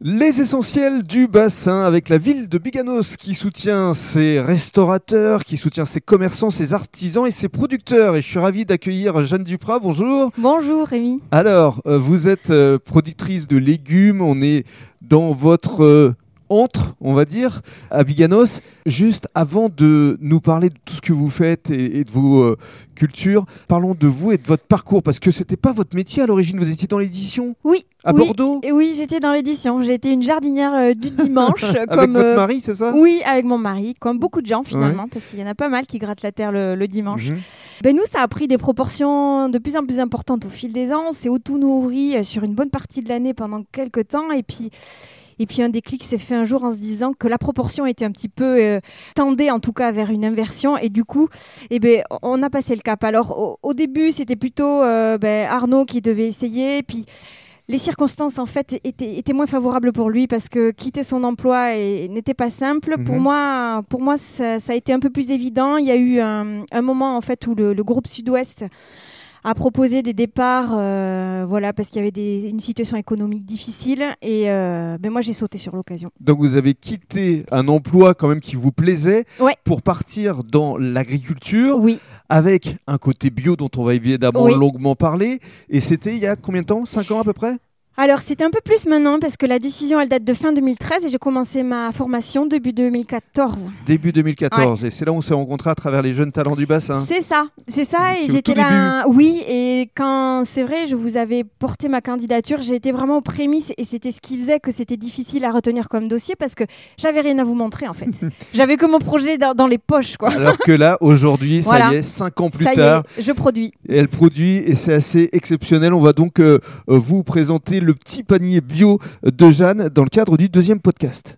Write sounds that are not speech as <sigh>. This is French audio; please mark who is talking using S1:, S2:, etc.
S1: Les essentiels du bassin avec la ville de Biganos qui soutient ses restaurateurs, qui soutient ses commerçants, ses artisans et ses producteurs. Et je suis ravi d'accueillir Jeanne Duprat. Bonjour.
S2: Bonjour Rémi.
S1: Alors, euh, vous êtes euh, productrice de légumes. On est dans votre euh, entre, on va dire, à Biganos. Juste avant de nous parler de tout ce que vous faites et, et de vos euh, cultures, parlons de vous et de votre parcours, parce que c'était pas votre métier à l'origine, vous étiez dans l'édition
S2: Oui.
S1: à
S2: oui.
S1: Bordeaux
S2: Et oui, j'étais dans l'édition. J'ai été une jardinière euh, du dimanche. euh,
S1: <laughs> avec
S2: comme,
S1: votre
S2: euh,
S1: mari, c'est ça
S2: Oui, avec mon mari, comme beaucoup de gens finalement, parce qu'il y en a pas mal qui grattent la terre le, le dimanche.
S1: Mhm.
S2: Ben nous, ça a pris des proportions de plus en plus importantes au fil des ans. On s'est auto-nourri euh, sur une bonne partie de l'année pendant quelques temps. Et puis, et puis un déclic s'est fait un jour en se disant que la proportion était un petit peu euh, tendait en tout cas vers une inversion. Et du coup, eh ben, on a passé le cap. Alors au, au début, c'était plutôt euh, ben, Arnaud qui devait essayer. Puis les circonstances en fait étaient, étaient moins favorables pour lui parce que quitter son emploi eh, n'était pas simple. Pour
S1: Mhm.
S2: moi, pour moi, ça, ça a été un peu plus évident. Il y a eu un, un moment en fait où le, le groupe Sud-Ouest a proposé des départs, euh, voilà, parce qu'il y avait des- une situation économique difficile. Et euh, ben moi, j'ai sauté sur l'occasion.
S1: Donc vous avez quitté un emploi quand même qui vous plaisait
S2: Ouais.
S1: pour partir dans l'agriculture
S2: Oui,
S1: avec un côté bio dont on va évidemment
S2: Oui.
S1: longuement parler. Et c'était il y a combien de temps 5 ans à peu près
S2: Alors, c'était un peu plus maintenant parce que la décision, elle date de fin 2013 et j'ai commencé ma formation début 2014.
S1: Début 2014. Et c'est là où on s'est rencontrés à travers les jeunes talents du bassin.
S2: C'est ça, c'est ça.
S1: C'est
S2: Et
S1: Ah. au
S2: j'étais
S1: tout
S2: là, oui. Et quand c'est vrai, je vous avais porté ma candidature, j'ai été vraiment aux prémices et c'était ce qui faisait que c'était difficile à retenir comme dossier parce que j'avais rien à vous montrer
S1: <laughs>
S2: en fait. j'avais que mon projet dans, dans les poches, quoi.
S1: Alors que là, aujourd'hui, ça
S2: Voilà.
S1: y est, 5 ans plus
S2: ça
S1: tard,
S2: y est, je produis.
S1: elle produit et c'est assez exceptionnel. On va donc euh, euh, vous présenter le petit panier bio de Jeanne dans le cadre du deuxième podcast.